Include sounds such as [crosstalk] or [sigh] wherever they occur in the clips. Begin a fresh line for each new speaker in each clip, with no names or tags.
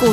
股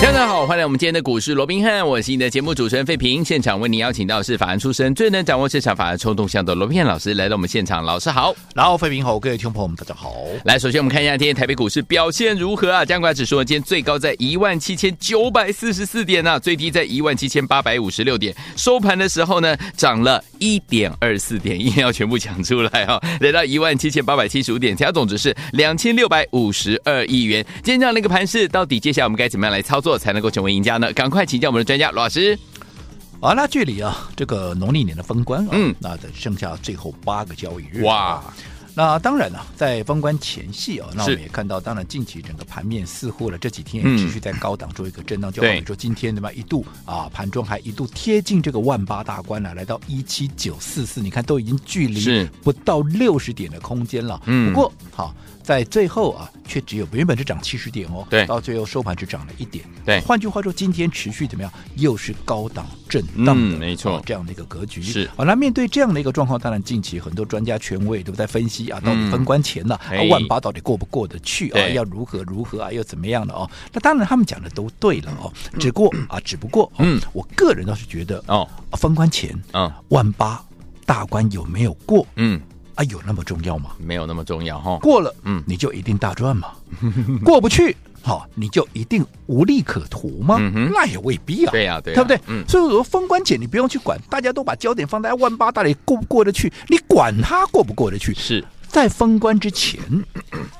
大家好，欢迎来我们今天的股市罗宾汉，我是你的节目主持人费平。现场为您邀请到的是法案出身、最能掌握市场法案冲动向的罗宾汉老师来到我们现场，老师好。
然后，费平好，各位听众朋友们，大家好。
来，首先我们看一下今天台北股市表现如何啊？加权指数呢今天最高在一万七千九百四十四点啊，最低在一万七千八百五十六点，收盘的时候呢涨了一点二四点，一定要全部讲出来哦，来到一万七千八百七十五点，成交总值是两千六百五十二亿元。今天这样的一个盘势，到底接下来我们该怎么样来操作才能够成为赢家呢？赶快请教我们的专家罗老师。
啊，那距离啊这个农历年的封关啊，
嗯
那只剩下最后八个交易日。
哇！
那当然了、在封关前夕啊，那我
是
们也看到，当然近期整个盘面似乎呢这几天
嗯
也持续在高档做一个震荡，就好
对
比说今天对吧，一度啊盘中还一度贴近这个万八大关啊了、来到一七九四四，你看都已经距离
是
不到六十点的空间了。
嗯
不过好。在最后啊，却只有原本是涨七十点哦，
对
到最后收盘只涨了一点。
对
换句话说，今天持续怎么样？又是高档震荡的，
嗯没错
哦这样的一个格局
是
好，那面对这样的一个状况，当然近期很多专家权威都在分析啊，到底
嗯
封关前呢、啊
哎
万八到底过不过得去啊？
对
要如何如何啊？又怎么样了哦？那当然他们讲的都对了哦，只不过啊，只不过、哦、
嗯
我个人倒是觉得
哦，
啊封关前
嗯
万八大关有没有过
嗯，
啊？有那么重要吗？
没有那么重要哈、
过了，
嗯
你就一定大赚嘛？ [laughs] 过不去，好、你就一定无利可图吗？
嗯哼
那也未必啊。
对呀、对、呀
对不对？
嗯，
所以我说封关前你不用去管，大家都把焦点放在万八到底过不过得去，你管它过不过得去。
是
在封关
[clears throat]
之前，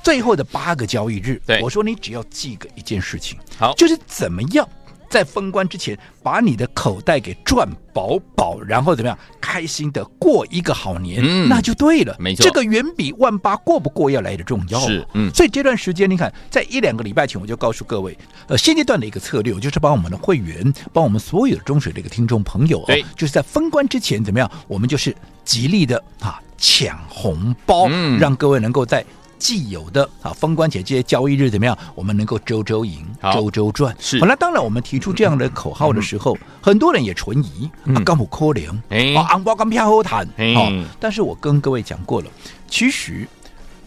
最后的八个交易日
对，
我说你只要记个一件事情，
好
就是怎么样在封关之前把你的口袋给赚饱饱，然后怎么样开心的过一个好年，
嗯
那就对了。
没错
这个远比万八过不过要来的重要啊。
是嗯
所以这段时间你看，在一两个礼拜前我就告诉各位，呃，现阶段的一个策略，我就是帮我们的会员，帮我们所有的忠实的一个听众朋友、哦
对，
就是在封关之前怎么样，我们就是极力的啊抢红包，
嗯
让各位能够在。既有的啊，封关前这些交易日怎么样？我们能够周周赢
好，
周周赚。
是嗯
好那当然，我们提出这样的口号的时候，很多人也存疑，啊，干不可能，
哎
啊，昂包干飘后谈，
哎
好、哦但是我跟各位讲过了，其实，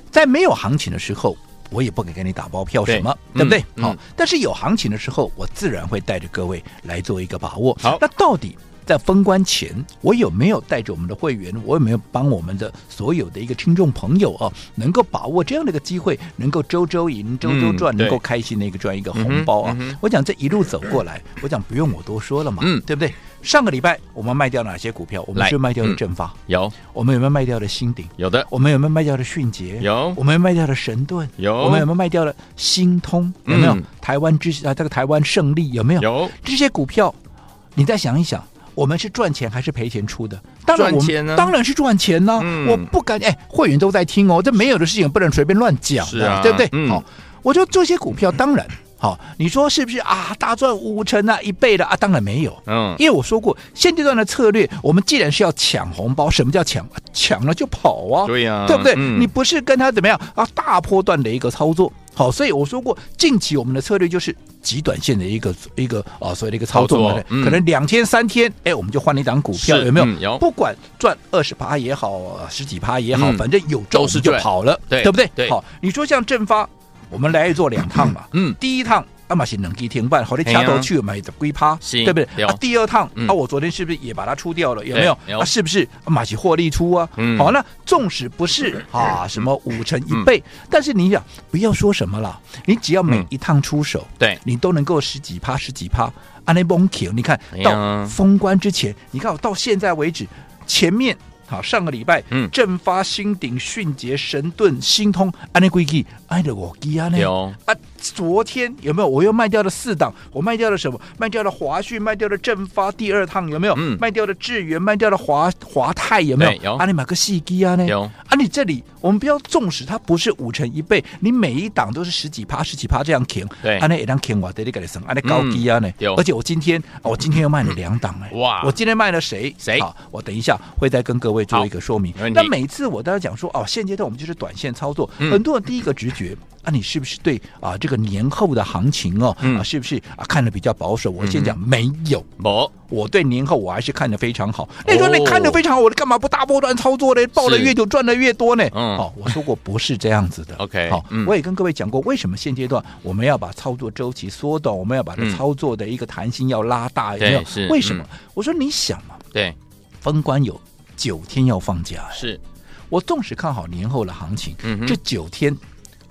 在没有行情的时候，我也不敢给你打包票
对
什么，
嗯
对不对？
嗯
好、但是有行情的时候，我自然会带着各位来做一个把握。
好
那到底？在封关前，我有没有带着我们的会员？我有没有帮我们的所有的一个听众朋友啊，能够把握这样的一个机会，能够周周赢、周周赚，
嗯
能够
对
开心的一个赚一个红包啊！
嗯哼嗯哼
我讲这一路走过来，我讲不用我多说了嘛，
嗯
对不对？上个礼拜我们卖掉哪些股票？我们
来
是卖掉
嗯
了正发，
有
我们有没有卖掉的新鼎？
有的
我们有没有卖掉的迅捷？
有
我们有没有卖掉的神盾？
有
我们有没有卖掉的新通？有没有？
嗯
台湾之啊，这个台湾胜利有没有？
有
这些股票，你再想一想，我们是赚钱还是赔钱出的？当然我
赚
们
钱啊
当然是赚钱呢、
嗯
我不敢，哎，会员都在听哦，这没有的事情不能随便乱讲
是
的，
啊
对不对？
嗯
好，我说这些股票当然好， [laughs] 你说是不是啊？大赚五成啊，一倍了啊？当然没有，
嗯
因为我说过，现阶段的策略，我们既然是要抢红包，什么叫抢？抢了就跑啊，
对呀
对不对？
嗯
你不是跟他怎么样啊？大波段的一个操作。好，所以我说过，近期我们的策略就是极短线的一个一个啊，所谓的一个操作
操
嘛
作，嗯
可能两天三天，哎，我们就换了一档股票，
是
有没有？
嗯有
不管赚二十趴也好，啊十几趴也好，
嗯
反正有赚
都
我
是
们就
赚
跑了，
对
不对？
对
好，你说像正发，我们来做两趟嘛，
嗯
第一趟。阿玛是能给停办，好的，掐
哎
头
呀
去买的龟趴，
是
对不对？
有
啊第二趟，
嗯
啊，我昨天是不是也把它出掉了？有没有？
对有
啊，是不是啊马起获利出啊？
嗯
好，那纵使不是啊，什么五成一倍，但是你想，不要说什么了，你只要每
嗯
一趟出手，
对
你都能够十几趴、十几趴。啊安内崩 Q，你看
哎呀
到封关之前，你看我到现在为止，前面好上个礼拜，
嗯
正啊发、新鼎、迅捷、神盾、新通，安内规矩，安内我基安内
有
啊，昨天有没有？我又卖掉了四档，我卖掉了什么？卖掉了华讯，卖掉了正发第二趟，有没有？
嗯
卖掉了智源，卖掉了华华泰，有没有？
对有
啊，你买个细基啊呢？
有
啊，你这里我们不要重视，它不是五成一倍，你每一档都是十几趴、十几趴这样停，
对嗯
啊，那也当停我得你给你升，啊，那高低啊呢？
有
而且我今天，啊我今天又卖了两档哎、
哇
我今天卖了谁？
谁
好，我等一下会再跟各位做一个说明
没问。题
那每次我都要讲说，哦，现阶段我们就是短线操作，
嗯
很多人第一个直觉。啊，你是不是对啊这个年后的行情哦、
嗯
啊是不是啊看的比较保守？我先讲没有，
某
我对年后我还是看得非
哦
常好。那你说你看得非常好，我干嘛不大波段操作呢？抱得越久赚得越多呢？
嗯
好、我说过不是这样子的。
[laughs] OK，
好、
嗯
我也跟各位讲过，为什么现阶段我们要把操作周期缩短，我们要把这
嗯
操作的一个弹性要拉大，有
对
没有
是？
为什么？
嗯
我说你想嘛，
对
封关有九天要放假，
是
我纵使看好年后的行情，
嗯哼
这九天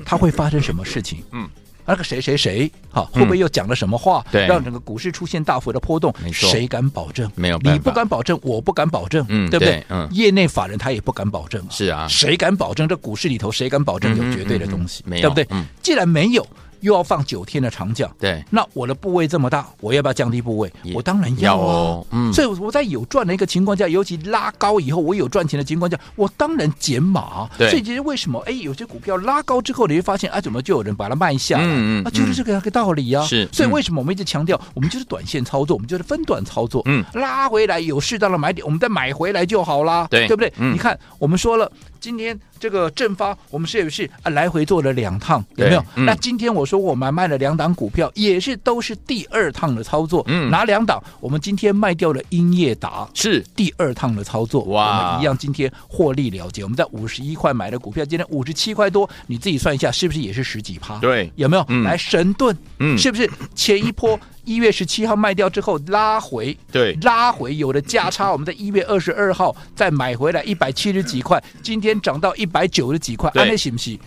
它会发生什么事情？
嗯。
那个谁谁谁，好，会不会又讲了什么话，
对
让整个股市出现大幅的波动
没？错
谁敢保证？
没有办法
你不敢保证，我不敢保证，
嗯
对不对
对？嗯
业内法人他也不敢保证啊，
是啊
谁敢保证？这股市里头谁敢保证
嗯哼
有绝对的东西？
嗯嗯没有
对不对
嗯？
既然没有，又要放九天的长假，
对
那我的部位这么大，我要不要降低部位
也？
我当然要
要
啊。
哦嗯
所以我在有赚的一个情况下，尤其拉高以后，我有赚钱的情况下，我当然减码。
对
所以这是为什么？哎，有些股票拉高之后，你会发现，啊，怎么就有人把它卖下来？
嗯嗯
啊，就是这个个道理呀、啊。
是
所以
嗯
为什么我们一直强调，我们就是短线操作，我们就是分段操作。
嗯，
拉回来有适当的买点，我们再买回来就好啦。
对
对不对？
嗯
你看，我们说了，今天这个正发，我们是不是啊来回做了两趟？有没有
对？嗯
那今天我说我们卖了两档股票，也是都是第二趟的操作。
嗯
哪两档？我们今天卖掉了英业达。
是
第二趟的操作，
哇
我们一样今天获利了结。我们在五十一块买的股票，今天五十七块多，你自己算一下，是不是也是十几趴？
对
有没有？
嗯
来神盾，
嗯
是不是前一波一月十七号卖掉之后拉回，
对
拉回有的价差，我们在一月二十二号再买回来一百七十几块，今天涨到一百九十几块，
对
安内行不行？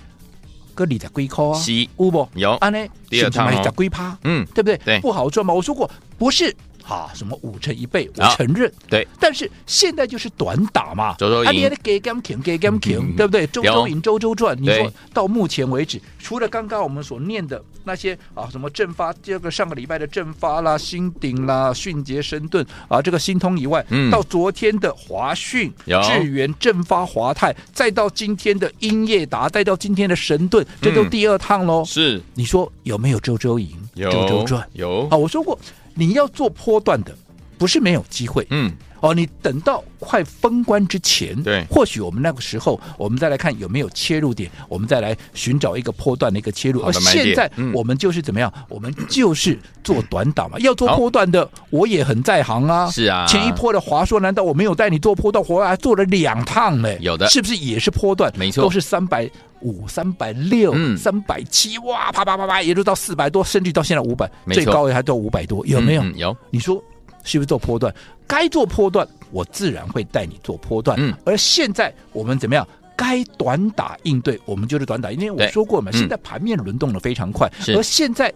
哥，你在几块啊？
是
有不？
有
安内
第二趟哦
在龟趴，
嗯
对不对？
对
不好赚嘛。我说过不是啊，什么五成一倍，我
啊
承认。
对
但是现在就是短打嘛，
周周赢嗯
啊，你还得给 game 停，给 game 停，对不对？周周赢，周周赚。你
对
说到目前为止，除了刚刚我们所念的那些啊，什么正发，这个上个礼拜的正发啦、新鼎啦、迅捷、深盾啊，这个新通以外，
嗯
到昨天的华讯、
有
智源、正发、华泰，再到今天的英业达，再到今天的神盾，这都
嗯
第二趟喽。
是
你说有没有周周赢，
有
周周赚？
有
啊，我说过，你要做波段的，不是没有机会。
嗯
哦，你等到快封关之前，
对
或许我们那个时候，我们再来看有没有切入点，我们再来寻找一个波段的一个切入。
好
而
的买点
现在
嗯
我们就是怎么样？我们就是做短打嘛，要做波段的，我也很在行啊。
是啊
前一波的华硕，难道我没有带你做波段？我还做了两趟呢，
有的
是不是也是波段？
没错
都是三百。五三百六、
嗯
三百七，哇，啪啪啪啪，也就到四百多，甚至到现在五百，
没错
最高也还到五百多，有没有？
嗯嗯有
你说是不是做波段？该做波段，我自然会带你做波段。
嗯
而现在我们怎么样？该短打应对，我们就是短打，因为我
对
说过嘛，
嗯
现在盘面轮动的非常快，
是
而现在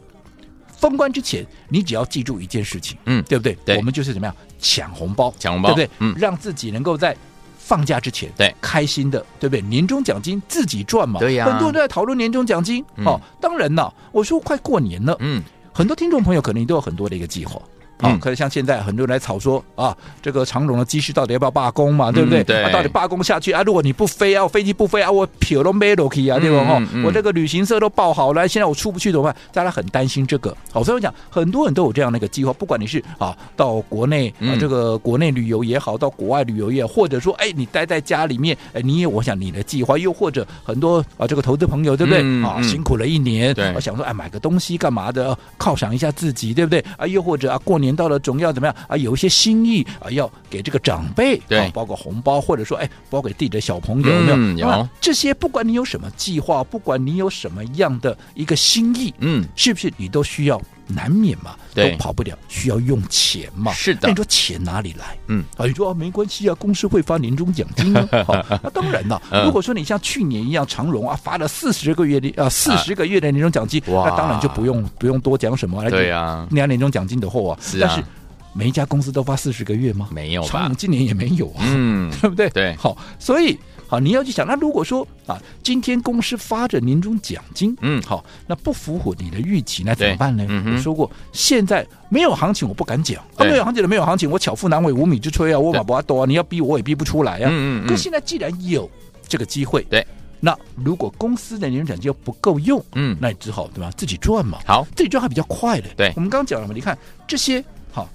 封关之前，你只要记住一件事情，
嗯
对不对？
对
我们就是怎么样抢红包，
抢红包
对不对？
嗯
让自己能够在。放假之前，
对
开心的，对不对？年终奖金自己赚嘛，
对呀
很多人都在讨论年终奖金、
嗯
哦。当然了，我说快过年了，
嗯
很多听众朋友可能都有很多的一个计划。啊
嗯，
可能像现在很多人来吵说啊，这个长荣的机师到底要不要罢工嘛，对不
嗯
对？
对
啊到底罢工下去啊？如果你不飞啊，我飞机不飞啊，我票都没落去啊，对吧？
嗯
哦
嗯嗯，
我这个旅行社都报好了，现在我出不去怎么办？大家很担心这个。好，所以我讲，很多人都有这样的一个计划，不管你是啊到国内啊
嗯
这个国内旅游也好，到国外旅游也好，或者说哎你待在家里面，哎你也我想你的计划，又或者很多啊这个投资朋友对不对
嗯
啊
嗯
辛苦了一年，
对
啊想说哎买个东西干嘛的，呃犒赏一下自己，对不对？啊，又或者啊，过年到了总要怎么样啊，有一些心意啊，要给这个长辈，
对
啊包括红包，或者说哎，包给自己的小朋友，有没有？
嗯有
那么这些，不管你有什么计划，不管你有什么样的一个心意，
嗯
是不是你都需要难免嘛，都
对
跑不了，需要用钱嘛。
是的
那你说钱哪里来？
嗯，
啊，你说啊，没关系啊，公司会发年终奖金
[laughs]
啊。好，那当然了
嗯。
如果说你像去年一样，长荣啊发了四十个月的啊四十个月的年终奖金，
哇
那当然就不用不用多讲什么了。
对啊
那年终奖金的货啊，
是啊
但是每一家公司都发四十个月吗？
没有
长
吧
隆？今年也没有啊，
嗯，
对不 [laughs] 对？
对
好，所以好，你要去想，那如果说啊，今天公司发着年终奖金，
嗯
好，那不符合你的预期，那怎么
对
办呢？
嗯哼
我说过，现在没有行情，我不敢讲，啊、
对
没有行情的没有行情，我巧妇难为无米之炊啊，我
对
马不阿多啊，你要逼我也逼不出来啊。
嗯嗯
可
嗯
现在既然有这个机会，
对，
那如果公司的年终奖金又不够用，
嗯，
那你只好对吧，自己赚嘛。
好，
这句话比较快的。
对
我们刚讲了嘛，你看这些好，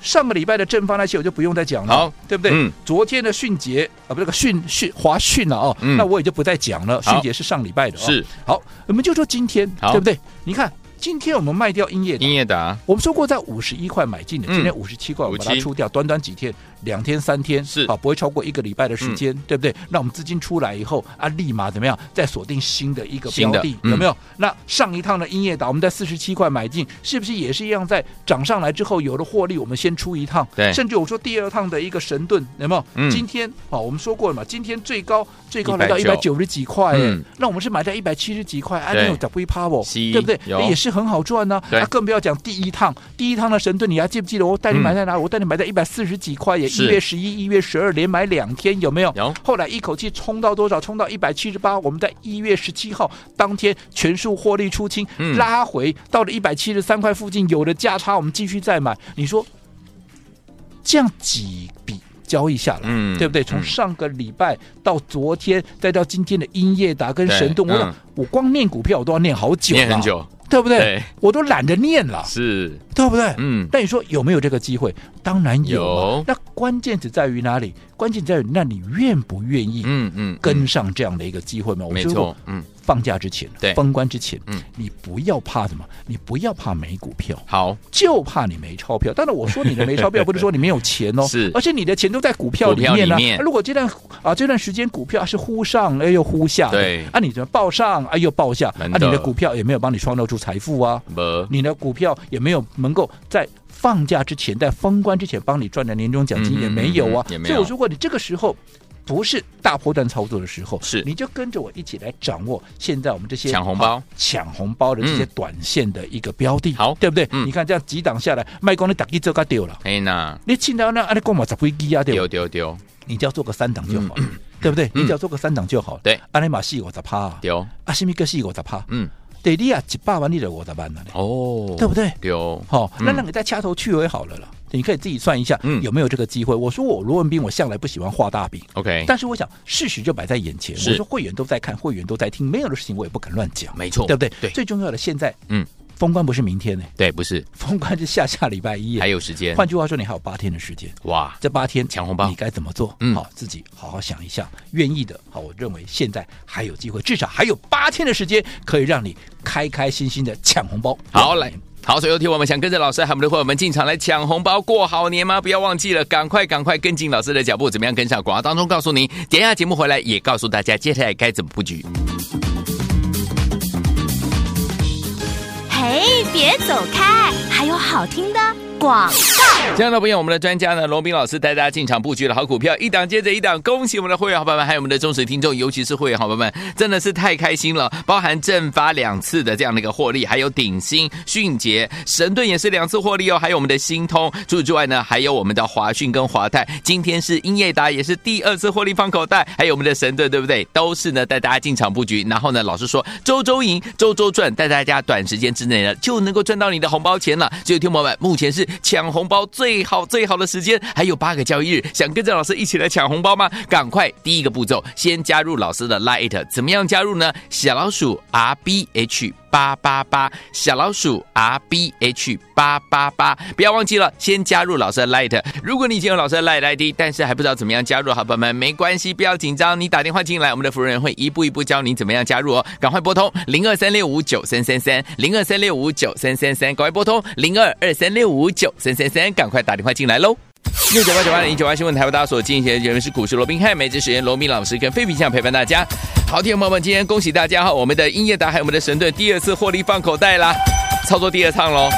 上个礼拜的正方那些我就不用再讲了，
好，
对不对？
嗯
昨天的迅捷啊，不是那个迅迅华讯了哦，
嗯
那我也就不再讲了。
好
迅捷是上礼拜的、哦，
是
好，我们就说今天，
好
对不对？你看今天我们卖掉英业达
音。乐达
我们说过，在五十一块买进的，
嗯
今天五十七块，我们把它
57
出掉，短短几天，两天三天，
是嗯
啊，不会超过一个礼拜的时间，对不对？那我们资金出来以后啊，立马怎么样，再锁定新的一个
新
标
的
的，
嗯
有没有？那上一趟的英业达，我们在四十七块买进，是不是也是一样，在涨上来之后有了获利，我们先出一趟，
对
甚至我说第二趟的一个神盾，有没有？
嗯
今天啊，我们说过了嘛，今天最高最高来到一百
190
九十几块，哎
嗯
那我们是买在一百七十几块，哎，
对
那有 W 趴哦，
是
对不对？
有
哎也是很好赚呢、
对
啊，更不要讲第一趟，第一趟的神盾，你还记不记得我带你买在哪？我带你买在一百四十几块耶，
嗯是
一月十一、一月十二连买两天，有没有？
有
后来一口气冲到多少？冲到一百七十八。我们在一月十七号当天全数获利出清，
嗯
拉回到了一百七十三块附近，有了价差，我们继续再买。你说这样几笔交易下来，
嗯
对不对？
嗯
从上个礼拜到昨天，再到今天的英业达跟
对
神盾，我想
嗯
我光念股票我都要念好久，啊
念很，久，
对不对？
对
我都懒得念了，
是，
对不对？
嗯，
那你说有没有这个机会？当然有嘛。
有
那关键只在于哪里？关键在于那你愿不愿意
嗯嗯，
跟上这样的一个机会嘛？我
没
说过
错，，嗯，
放假之前，
对
封关之前，
嗯
你不要怕什么？你不要怕没股票，
好，
就怕你没钞票。当然，我说你的没
[laughs]
钞票，不是说你没有钱哦，
是
而且你的钱都在股票里
股
面
票
呢、
里面
啊如果这段啊这段时间股票是忽上哎又忽下的，
对
啊你怎么报上哎、又报下，啊
真
你
的
的股票也没有帮你创造出财富啊，
不，
你的股票也没有能够在放假之前，在封关之前帮你赚的年终奖
嗯
金
哼
也没有啊。
嗯哼也没有
所以我说过，你这个时候不是大波段操作的时候，
是
你就跟着我一起来掌握现在我们这些
抢红包
好抢红包的这些
嗯
短线的一个标的，
好
对不对？
嗯
你看这样几档下来，卖光你打一折该丢了。
哎那
你进到那，啊你光嘛十几支啊，对
丢
不对？
丢丢
你只要做个三档就好
嗯
了，对不对？你只要做个三档就好了。
对
阿尼玛四五十趴啊，
丢，
啊，什么个四五十趴？
嗯，
对，你啊一百万，你就五十万了呢。
哦，
对不对
丢，
好、那
嗯
让你在掐头去尾好了啦。你可以自己算一下，
嗯
有没有这个机会？我说我罗文斌，我向来不喜欢画大饼，
，OK，
但是我想事实就摆在眼前。
是
我说会员都在看，会员都在听，没有的事情我也不敢乱讲，
没错，
对不对？
对
最重要的现在，
嗯，
封关不是明天呢、
对，不是，
封关是下下礼拜一耶、
还有时间，
换句话说，你还有八天的时间。
哇，
这八天
抢红包
你该怎么做？
嗯
好，自己好好想一想。愿意的，好，我认为现在还有机会，至少还有八天的时间，可以让你开开心心的抢红包。
好来。好，所以有听我们想跟着老师和我们的伙伴们进场来抢红包过好年吗？不要忘记了，赶快赶快跟进老师的脚步，怎么样跟上？广告当中告诉您，等一下节目回来也告诉大家接下来该怎么布局。
嘿，别走开，还有好听的广。
亲爱的朋友我们的专家呢，罗斌老师带大家进场布局的好股票，一档接着一档，恭喜我们的会员好朋友们，还有我们的忠实听众，尤其是会员好朋友们，真的是太开心了！包含正发两次的这样的一个获利，还有鼎新、迅捷、神盾也是两次获利哦，还有我们的新通。除此之外呢，还有我们的华讯跟华泰，今天是英业达也是第二次获利放口袋，还有我们的神盾，对不对？都是呢带大家进场布局。然后呢，老师说周周赢，周周赚，带大家短时间之内呢就能够赚到你的红包钱了。所以，听众朋友们，目前是抢红包最好最好的时间，还有八个交易日，想跟着老师一起来抢红包吗？赶快第一个步骤，先加入老师的 Lite，怎么样加入呢？小老鼠 R B H。八八八，小老鼠 R B H 八八八，不要忘记了，先加入老师的 Light。如果你已经有老师的 Light ID，但是还不知道怎么样加入，好朋友们没关系，不要紧张，你打电话进来，我们的服务人会一步一步教你怎么样加入哦。赶快拨通零二三六五九三三三零二三六五九三三三，赶快拨通零二二三六五九三三三，赶快打电话进来喽。六九八九八零九八新闻台为大家所进行的节目是股市罗宾汉，每日时间罗宾老师跟费皮酱陪伴大家。好，听众朋友们，今天恭喜大家哈，我们的英业达还有我们的神盾第二次获利放口袋啦，操作第二趟喽。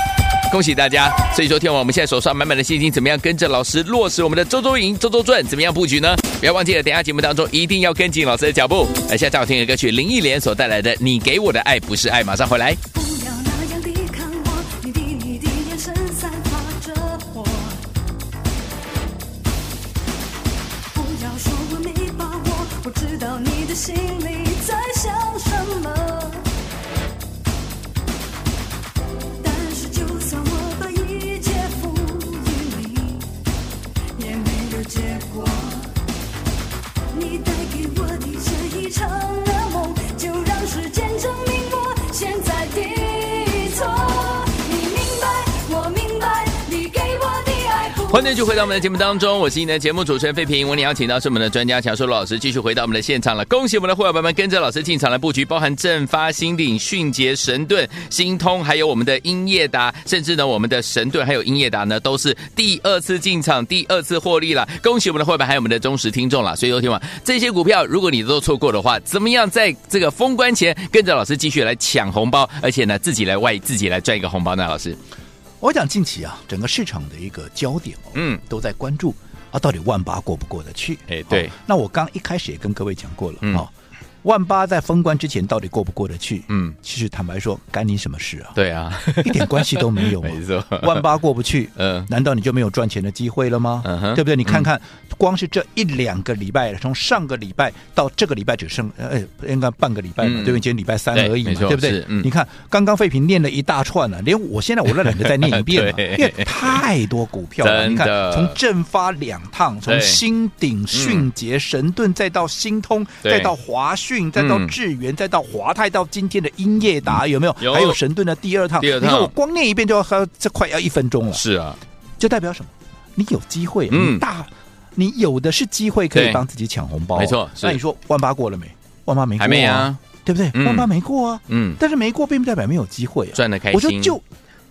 恭喜大家！所以说，听完我们现在手上满满的现金，怎么样跟着老师落实我们的周周赢、周周赚，怎么样布局呢？不要忘记了，等一下节目当中一定要跟紧老师的脚步。来，下好听的歌曲林忆莲所带来的《你给我的爱不是爱》，马上回来。
不要那样地看我，你的你的眼神散发着火，道你的心里在想什么。但是就算我把一切付于你，也没有结果。你带给我的这一场噩梦，就让时间证明我现在的错。你明白，我明白，你给我的爱不。
欢迎继续回到我们的节目当中，我是你的节目主持人费平。我们邀请到是我们的专家乔硕罗老师，继续回到我们的现场了。恭喜我们的会员朋友们跟着老师进场来布局，包含正发、新鼎、迅捷、神盾、新通，还有我们的英业达，甚至呢我们的神盾还有英业达呢都是第二次进场、第二次获利了。恭喜我们的会员还有我们的忠实听众了。所以有听完这些股票，如果你都错过的话，怎么样在这个封关前跟着老师继续来抢红包，而且呢自己来外自己来赚一个红包呢？老师，
我讲近期啊，整个市场的一个焦点哦，
嗯
都在关注啊，到底万八过不过得去？
哎对
好那我刚一开始也跟各位讲过了，
嗯
哦，万八在封关之前到底过不过得去？
嗯，
其实坦白说，干你什么事啊？
对啊，
[laughs] 一点关系都没有嘛。
没错
万八过不去，
嗯
难道你就没有赚钱的机会了吗？
嗯哼
对不对？你看看，光是这一两个礼拜，从上个礼拜到这个礼拜只剩呃，应该半个礼拜嘛，
嗯
对不对？今天礼拜三
对
而已
没
嘛，
错
对不对
是？嗯
你看刚刚费平念了一大串呢、连我现在我都懒得再念一遍了，
[laughs] 对
因为太多股票了。
真
你
的
看，从正发两趟，从
对
新鼎、迅捷、神盾，再到新通，
对
再到华讯，再到
嗯
智源，再到华泰，到今天的英业达，有没有？
有
还有神盾的第二趟。
第二
哦你看
趟
我光念一遍就要喝，这快要一分钟了，
是啊，
就代表什么？你有机会，
嗯
你大，你有的是机会可
对
以帮自己抢红包哦、
没错是
那你说万八过了没？万八没过、
还没啊，，
对不对？
嗯
万八没过啊，
嗯，
但是没过并不代表没有机会啊。
赚的开心，
我说就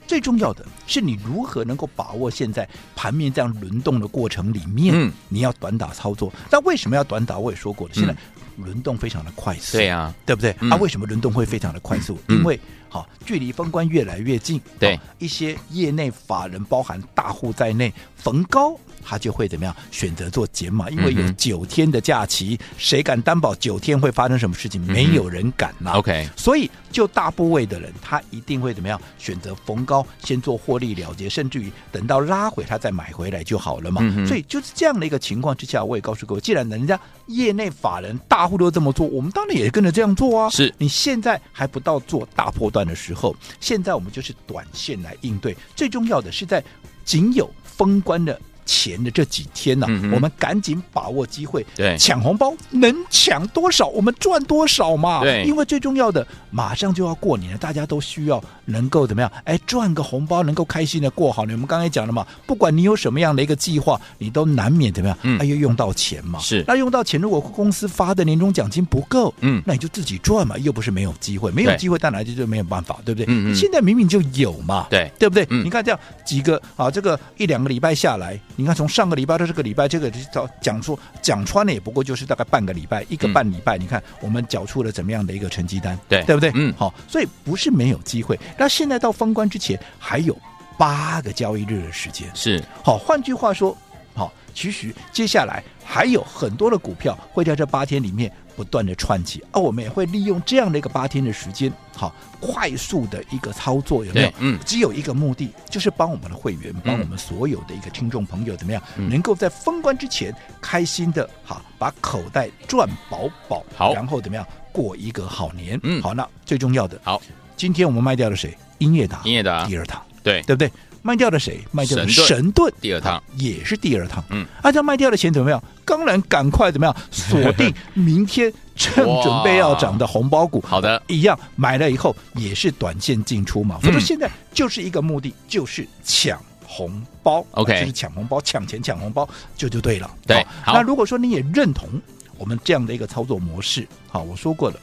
最重要的是你如何能够把握现在盘面这样轮动的过程里面，
嗯
你要短打操作。那为什么要短打？我也说过了，现在轮动非常的快速，
对啊，
对不对？
嗯
啊，为什么轮动会非常的快速？
嗯
因为好，距离封关越来越近，
对
好一些业内法人，包含大户在内，逢高他就会怎么样选择做减码，因为
嗯
有
哼
九天的假期，谁敢担保九天会发生什么事
嗯
情？没有人敢呐、
OK
所以就大部位的人，他一定会怎么样？选择逢高先做获利了结，甚至于等到拉回他再买回来就好了嘛。
嗯哼
所以就是这样的一个情况之下，我也告诉各位，既然人家业内法人大户都这么做，我们当然也跟着这样做啊。
是
你现在还不到做大波段的时候，现在我们就是短线来应对。最重要的是在仅有封关的。前的这几天呢、
嗯哼
我们赶紧把握机会，
对
抢红包能抢多少，我们赚多少嘛。
对
因为最重要的，马上就要过年了，大家都需要能够怎么样？哎，赚个红包，能够开心的过好年。我们刚才讲了嘛，不管你有什么样的一个计划，你都难免怎么样？
嗯
哎，又用到钱嘛。
是
那用到钱，如果公司发的年终奖金不够，
嗯
那你就自己赚嘛，又不是没有机会，没有
对
机会，当然就就没有办法，对不对？
嗯嗯
你现在明明就有嘛，
对
对不对？
嗯
你看这样几个啊，这个一两个礼拜下来，你看从上个礼拜到这个礼拜，这个讲讲说讲穿了也不过就是大概半个礼拜，一个
嗯
半礼拜，你看我们缴出了怎么样的一个成绩单，
对
对不对？
嗯
好，所以不是没有机会。那现在到封关之前还有八个交易日的时间，
是
好，换句话说，好，其实接下来还有很多的股票会在这八天里面不断的串起，而我们也会利用这样的一个八天的时间，好，快速的一个操作，有没有
对？嗯
只有一个目的，就是帮我们的会员，帮我们所有的一个听众朋友怎么样，
嗯
能够在封关之前开心的哈，把口袋赚饱饱，
好
然后怎么样过一个好年？
嗯
好，那最重要的，
好，
今天我们卖掉了谁？音乐达，
音乐达
第二趟。
对
对不对？卖掉了谁？卖掉了
神盾
神盾，
第二趟
啊也是第二趟。
嗯，
按照卖掉的钱怎么样？当然赶快怎么样锁
[laughs]
定明天正准备要涨的红包股。
好的，
一样买了以后也是短线进出嘛。
嗯
我说现在就是一个目的，就是抢。红包
OK
就是抢红包、抢钱、抢红包，这就对了。
对好
那如果说你也认同我们这样的一个操作模式，好，我说过了，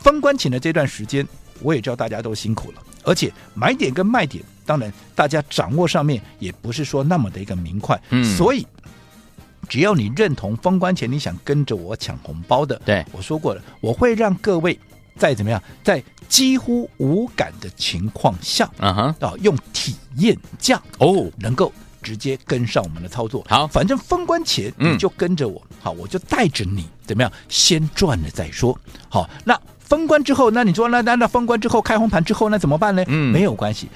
封关前的这段时间，我也知道大家都辛苦了，而且买点跟卖点，当然大家掌握上面也不是说那么的一个明快，
嗯
所以。只要你认同封关前你想跟着我抢红包的，
对
我说过了，我会让各位在怎么样，在几乎无感的情况下
嗯哼，
啊，用体验价
哦，
能够直接跟上我们的操作。
好
反正封关前
嗯
你就跟着我，好，我就带着你怎么样，先赚了再说。好，那封关之后，那你说那那那封关之后开红盘之后那怎么办呢？
嗯
没有关系，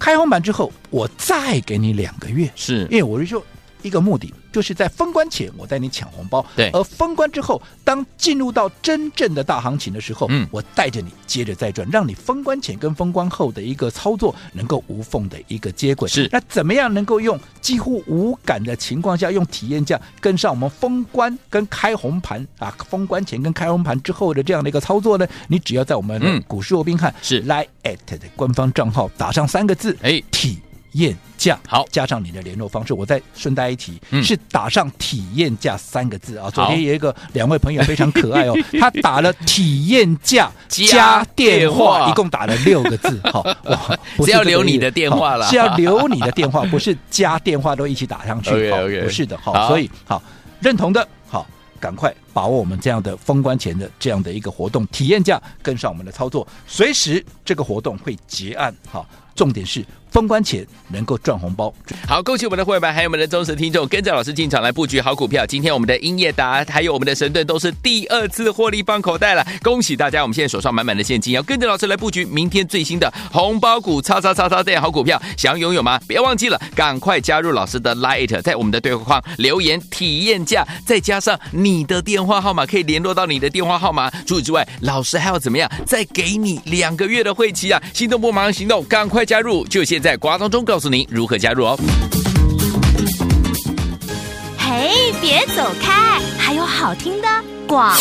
开红盘之后我再给你两个月，
是
因为我是说一个目的，就是在封关前我带你抢红包，
对
而封关之后，当进入到真正的大行情的时候，
嗯
我带着你接着再赚，让你封关前跟封关后的一个操作能够无缝的一个接轨。
是
那怎么样能够用几乎无感的情况下，用体验价跟上我们封关跟开红盘啊，封关前跟开红盘之后的这样的一个操作呢？你只要在我们的
嗯
股市罗宾汉
是
Line at 的官方账号打上三个字，
哎
体验价，
好
加上你的联络方式，我再顺带一提，
嗯
是打上“体验价”三个字啊。昨
好
天有一个两位朋友非常可
[laughs]
爱哦，他打了“体验价”
加
电
电话
一共打了六个字，好、哇，不
是要
这个
留你
意思
的电话啦
好是要留你的电话，不是加电话都一起打上去，
OK，
好
OK
不是的，好，
好
所以好认同的，好。赶快把握我们这样的封关前的这样的一个活动体验价，跟上我们的操作，随时这个活动会结案。好，重点是封关前能够赚红包，
好，恭喜我们的会员，还有我们的忠实听众，跟着老师进场来布局好股票。今天我们的英业达还有我们的神盾都是第二次获利放口袋了，恭喜大家！我们现在手上满满的现金，要跟着老师来布局明天最新的红包股，叉叉叉叉这样好股票，想拥有吗？别忘记了，赶快加入老师的 Lite，在我们的对话框留言体验价，再加上你的电话号码，可以联络到你的电话号码。除此之外，老师还要怎么样？再给你两个月的会期啊！心动不马上行动，赶快加入，就现在！瓜当中告诉您如何加入哦。
嘿，别走开，还有好听的广。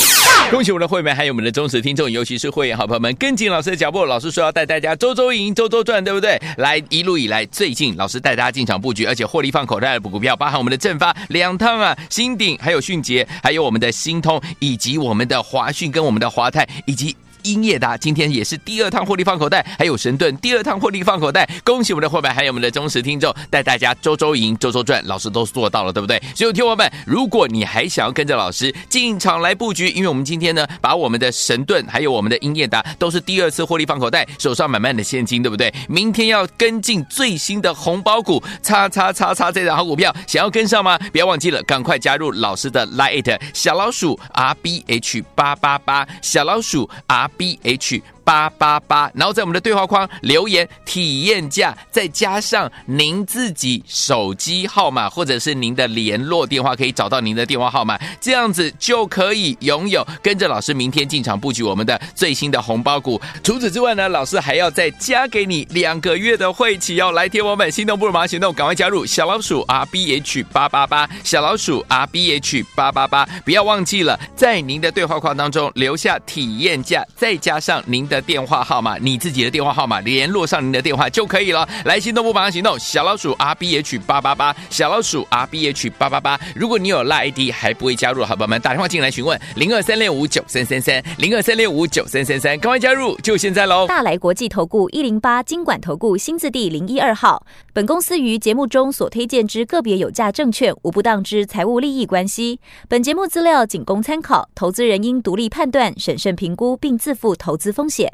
恭喜我们的会员，还有我们的忠实听众，尤其是会员好朋友们，跟紧老师的脚步。老师说要带大家周周赢、周周赚，对不对？来，一路以来，最近老师带大家进场布局，而且获利放口袋的股票，包含我们的正发两趟啊、新鼎，还有迅捷，还有我们的新通，以及我们的华讯跟我们的华泰，以及。英业达今天也是第二趟获利放口袋，还有神盾第二趟获利放口袋，恭喜我们的伙伴，还有我们的忠实听众，带大家周周赢、周周赚，老师都做到了，对不对？所以，听友们，如果你还想要跟着老师进场来布局，因为我们今天呢，把我们的神盾还有我们的英业达都是第二次获利放口袋，手上满满的现金，对不对？明天要跟进最新的红包股，叉叉叉叉这档好股票，想要跟上吗？不要忘记了，赶快加入老师的 Lite 小老鼠 R B H 八八八，小老鼠 R B H 八八八，然后在我们的对话框留言体验价，再加上您自己手机号码或者是您的联络电话，可以找到您的电话号码，这样子就可以拥有跟着老师明天进场布局我们的最新的红包股。除此之外呢，老师还要再加给你两个月的会期哦。来，天王们，心动不如马上行动，赶快加入小老鼠 R B H 八八八，小老鼠 R B H 八八八，不要忘记了在您的对话框当中留下体验价，再加上您的电话号码，你自己的电话号码联络上您的电话就可以了。来，心动不马上行动，小老鼠 R B H 八八八，小老鼠 R B H 八八八。如果你有 l ID 还不会加入，好朋友们打电话进来询问零二三六五九三三三零二三六五九三三三，赶快加入，就现在喽。
大来国际投顾一零八金管投顾新字第零一二号。本公司于节目中所推荐之个别有价证券，无不当之财务利益关系。本节目资料仅供参考，投资人应独立判断、审慎评估，并自负投资风险。